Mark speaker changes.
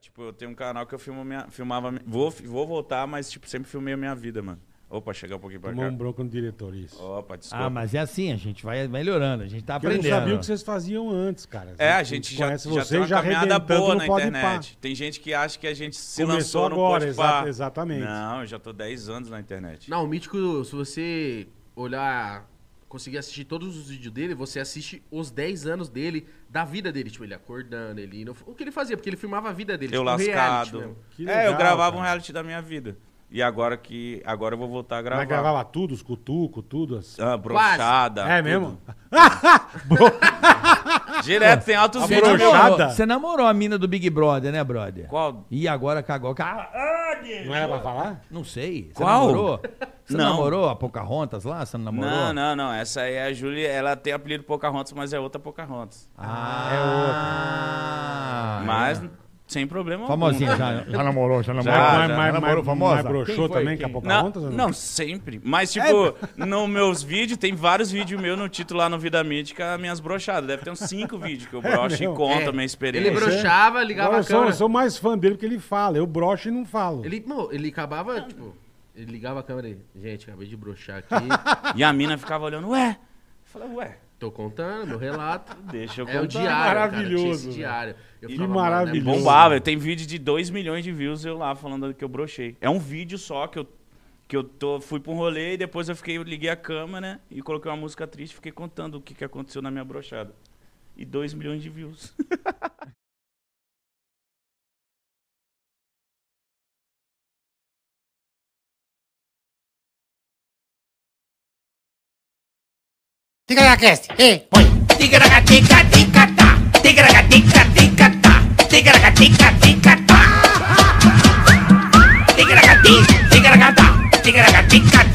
Speaker 1: Tipo, eu tenho um canal que eu filmo minha, filmava. mi- Vou, vou voltar, mas tipo, sempre filmei a minha vida, mano. Opa, chegar um pouquinho pra
Speaker 2: Tomou
Speaker 1: cá.
Speaker 2: um bronco no diretor, isso.
Speaker 1: Opa, desculpa.
Speaker 3: Ah, mas é assim, a gente vai melhorando, a gente tá
Speaker 2: Porque Eu não
Speaker 3: aprendendo.
Speaker 2: sabia o que vocês faziam antes, cara.
Speaker 1: É, a gente já,
Speaker 2: conhece
Speaker 1: já
Speaker 2: vocês
Speaker 1: tem uma caminhada
Speaker 2: arrebentando
Speaker 1: boa
Speaker 2: no
Speaker 1: na
Speaker 2: Pode Pá.
Speaker 1: internet. Tem gente que acha que a gente se
Speaker 2: Começou
Speaker 1: lançou no
Speaker 2: agora,
Speaker 1: Podpah.
Speaker 2: exa- exatamente.
Speaker 1: Não, eu já tô 10 anos na internet.
Speaker 4: Não, o Mítico, se você olhar, conseguir assistir todos os vídeos dele, você assiste os 10 anos dele, da vida dele. Tipo, ele acordando, ele indo, o que ele fazia, porque ele filmava a vida dele.
Speaker 1: eu
Speaker 4: tipo, um reality
Speaker 1: lascado.
Speaker 4: mesmo.
Speaker 2: Que
Speaker 1: é, eu
Speaker 2: legal,
Speaker 1: gravava
Speaker 2: cara.
Speaker 1: um reality da minha vida. E agora que. Agora eu vou voltar a gravar.
Speaker 2: Mas gravava tudo, os cutucos, tudo. Assim.
Speaker 1: Ah, brochada.
Speaker 2: é
Speaker 1: tudo.
Speaker 2: mesmo?
Speaker 1: Direto, tem altos
Speaker 3: Você
Speaker 1: vídeos.
Speaker 2: brochada.
Speaker 3: namorou,
Speaker 2: broxada?
Speaker 3: você namorou a mina do Big Brother, né, brother?
Speaker 1: Qual?
Speaker 3: E agora cagou. Ah,
Speaker 2: Não era pra falar?
Speaker 3: não sei. Você
Speaker 1: Qual?
Speaker 3: namorou? Você
Speaker 1: Não.
Speaker 3: namorou a Pocahontas lá? Você não namorou?
Speaker 1: Não, não, não. Essa aí é a Júlia. Ela tem apelido Pocahontas, mas é outra Pocahontas.
Speaker 2: É
Speaker 3: Ah, é outra.
Speaker 1: mas sem problema
Speaker 3: Famosinha,
Speaker 1: algum. né?
Speaker 3: já, já namorou, já namorou.
Speaker 1: já,
Speaker 3: já,
Speaker 2: mas, mas,
Speaker 3: namorou
Speaker 2: mas,
Speaker 3: famosa?
Speaker 2: mas broxou
Speaker 3: Quem foi?
Speaker 2: também,
Speaker 3: Quem?
Speaker 2: que a
Speaker 1: Não,
Speaker 2: Pocahontas? ou
Speaker 1: não, sempre. Mas,
Speaker 3: É?
Speaker 1: tipo, nos meus vídeos, tem vários vídeos meus no título lá no Vida Mítica, minhas brochadas. Deve ter uns cinco vídeos que eu brocho e
Speaker 2: mesmo?
Speaker 1: conto
Speaker 4: É.
Speaker 1: a minha
Speaker 4: Ele
Speaker 1: experiência.
Speaker 4: broxava, ligava
Speaker 2: Agora
Speaker 4: a
Speaker 2: eu, sou,
Speaker 4: câmera.
Speaker 2: eu sou mais fã dele porque ele fala. Eu broxo e não falo.
Speaker 4: Ele, não, ele acabava, tipo, ele ligava a câmera e, gente, acabei de broxar aqui,
Speaker 1: E a mina ficava olhando, ué. Eu falei, ué,
Speaker 4: tô contando meu relato.
Speaker 1: deixa eu
Speaker 4: É o
Speaker 1: contar.
Speaker 4: diário, maravilhoso, cara, tinha
Speaker 2: maravilhoso,
Speaker 4: esse diário. Eu
Speaker 2: Que
Speaker 4: falava, mano, não é
Speaker 2: maravilhoso.
Speaker 4: possível.
Speaker 1: Bombava. Tem vídeo de 2 milhões de views eu lá falando que eu brochei. É um vídeo só que eu, que eu tô, fui pra um rolê e depois eu fiquei, eu liguei a câmera e coloquei uma música triste e fiquei contando o que, que aconteceu na minha brochada. E 2 milhões de views.
Speaker 5: Tigaracast, ei, põe. Tigaracatica, ticatá. Tigaracatica, ticatá. Tigaracatica, ticatá. Tigaracati, tigaracatá. Tigaracatica,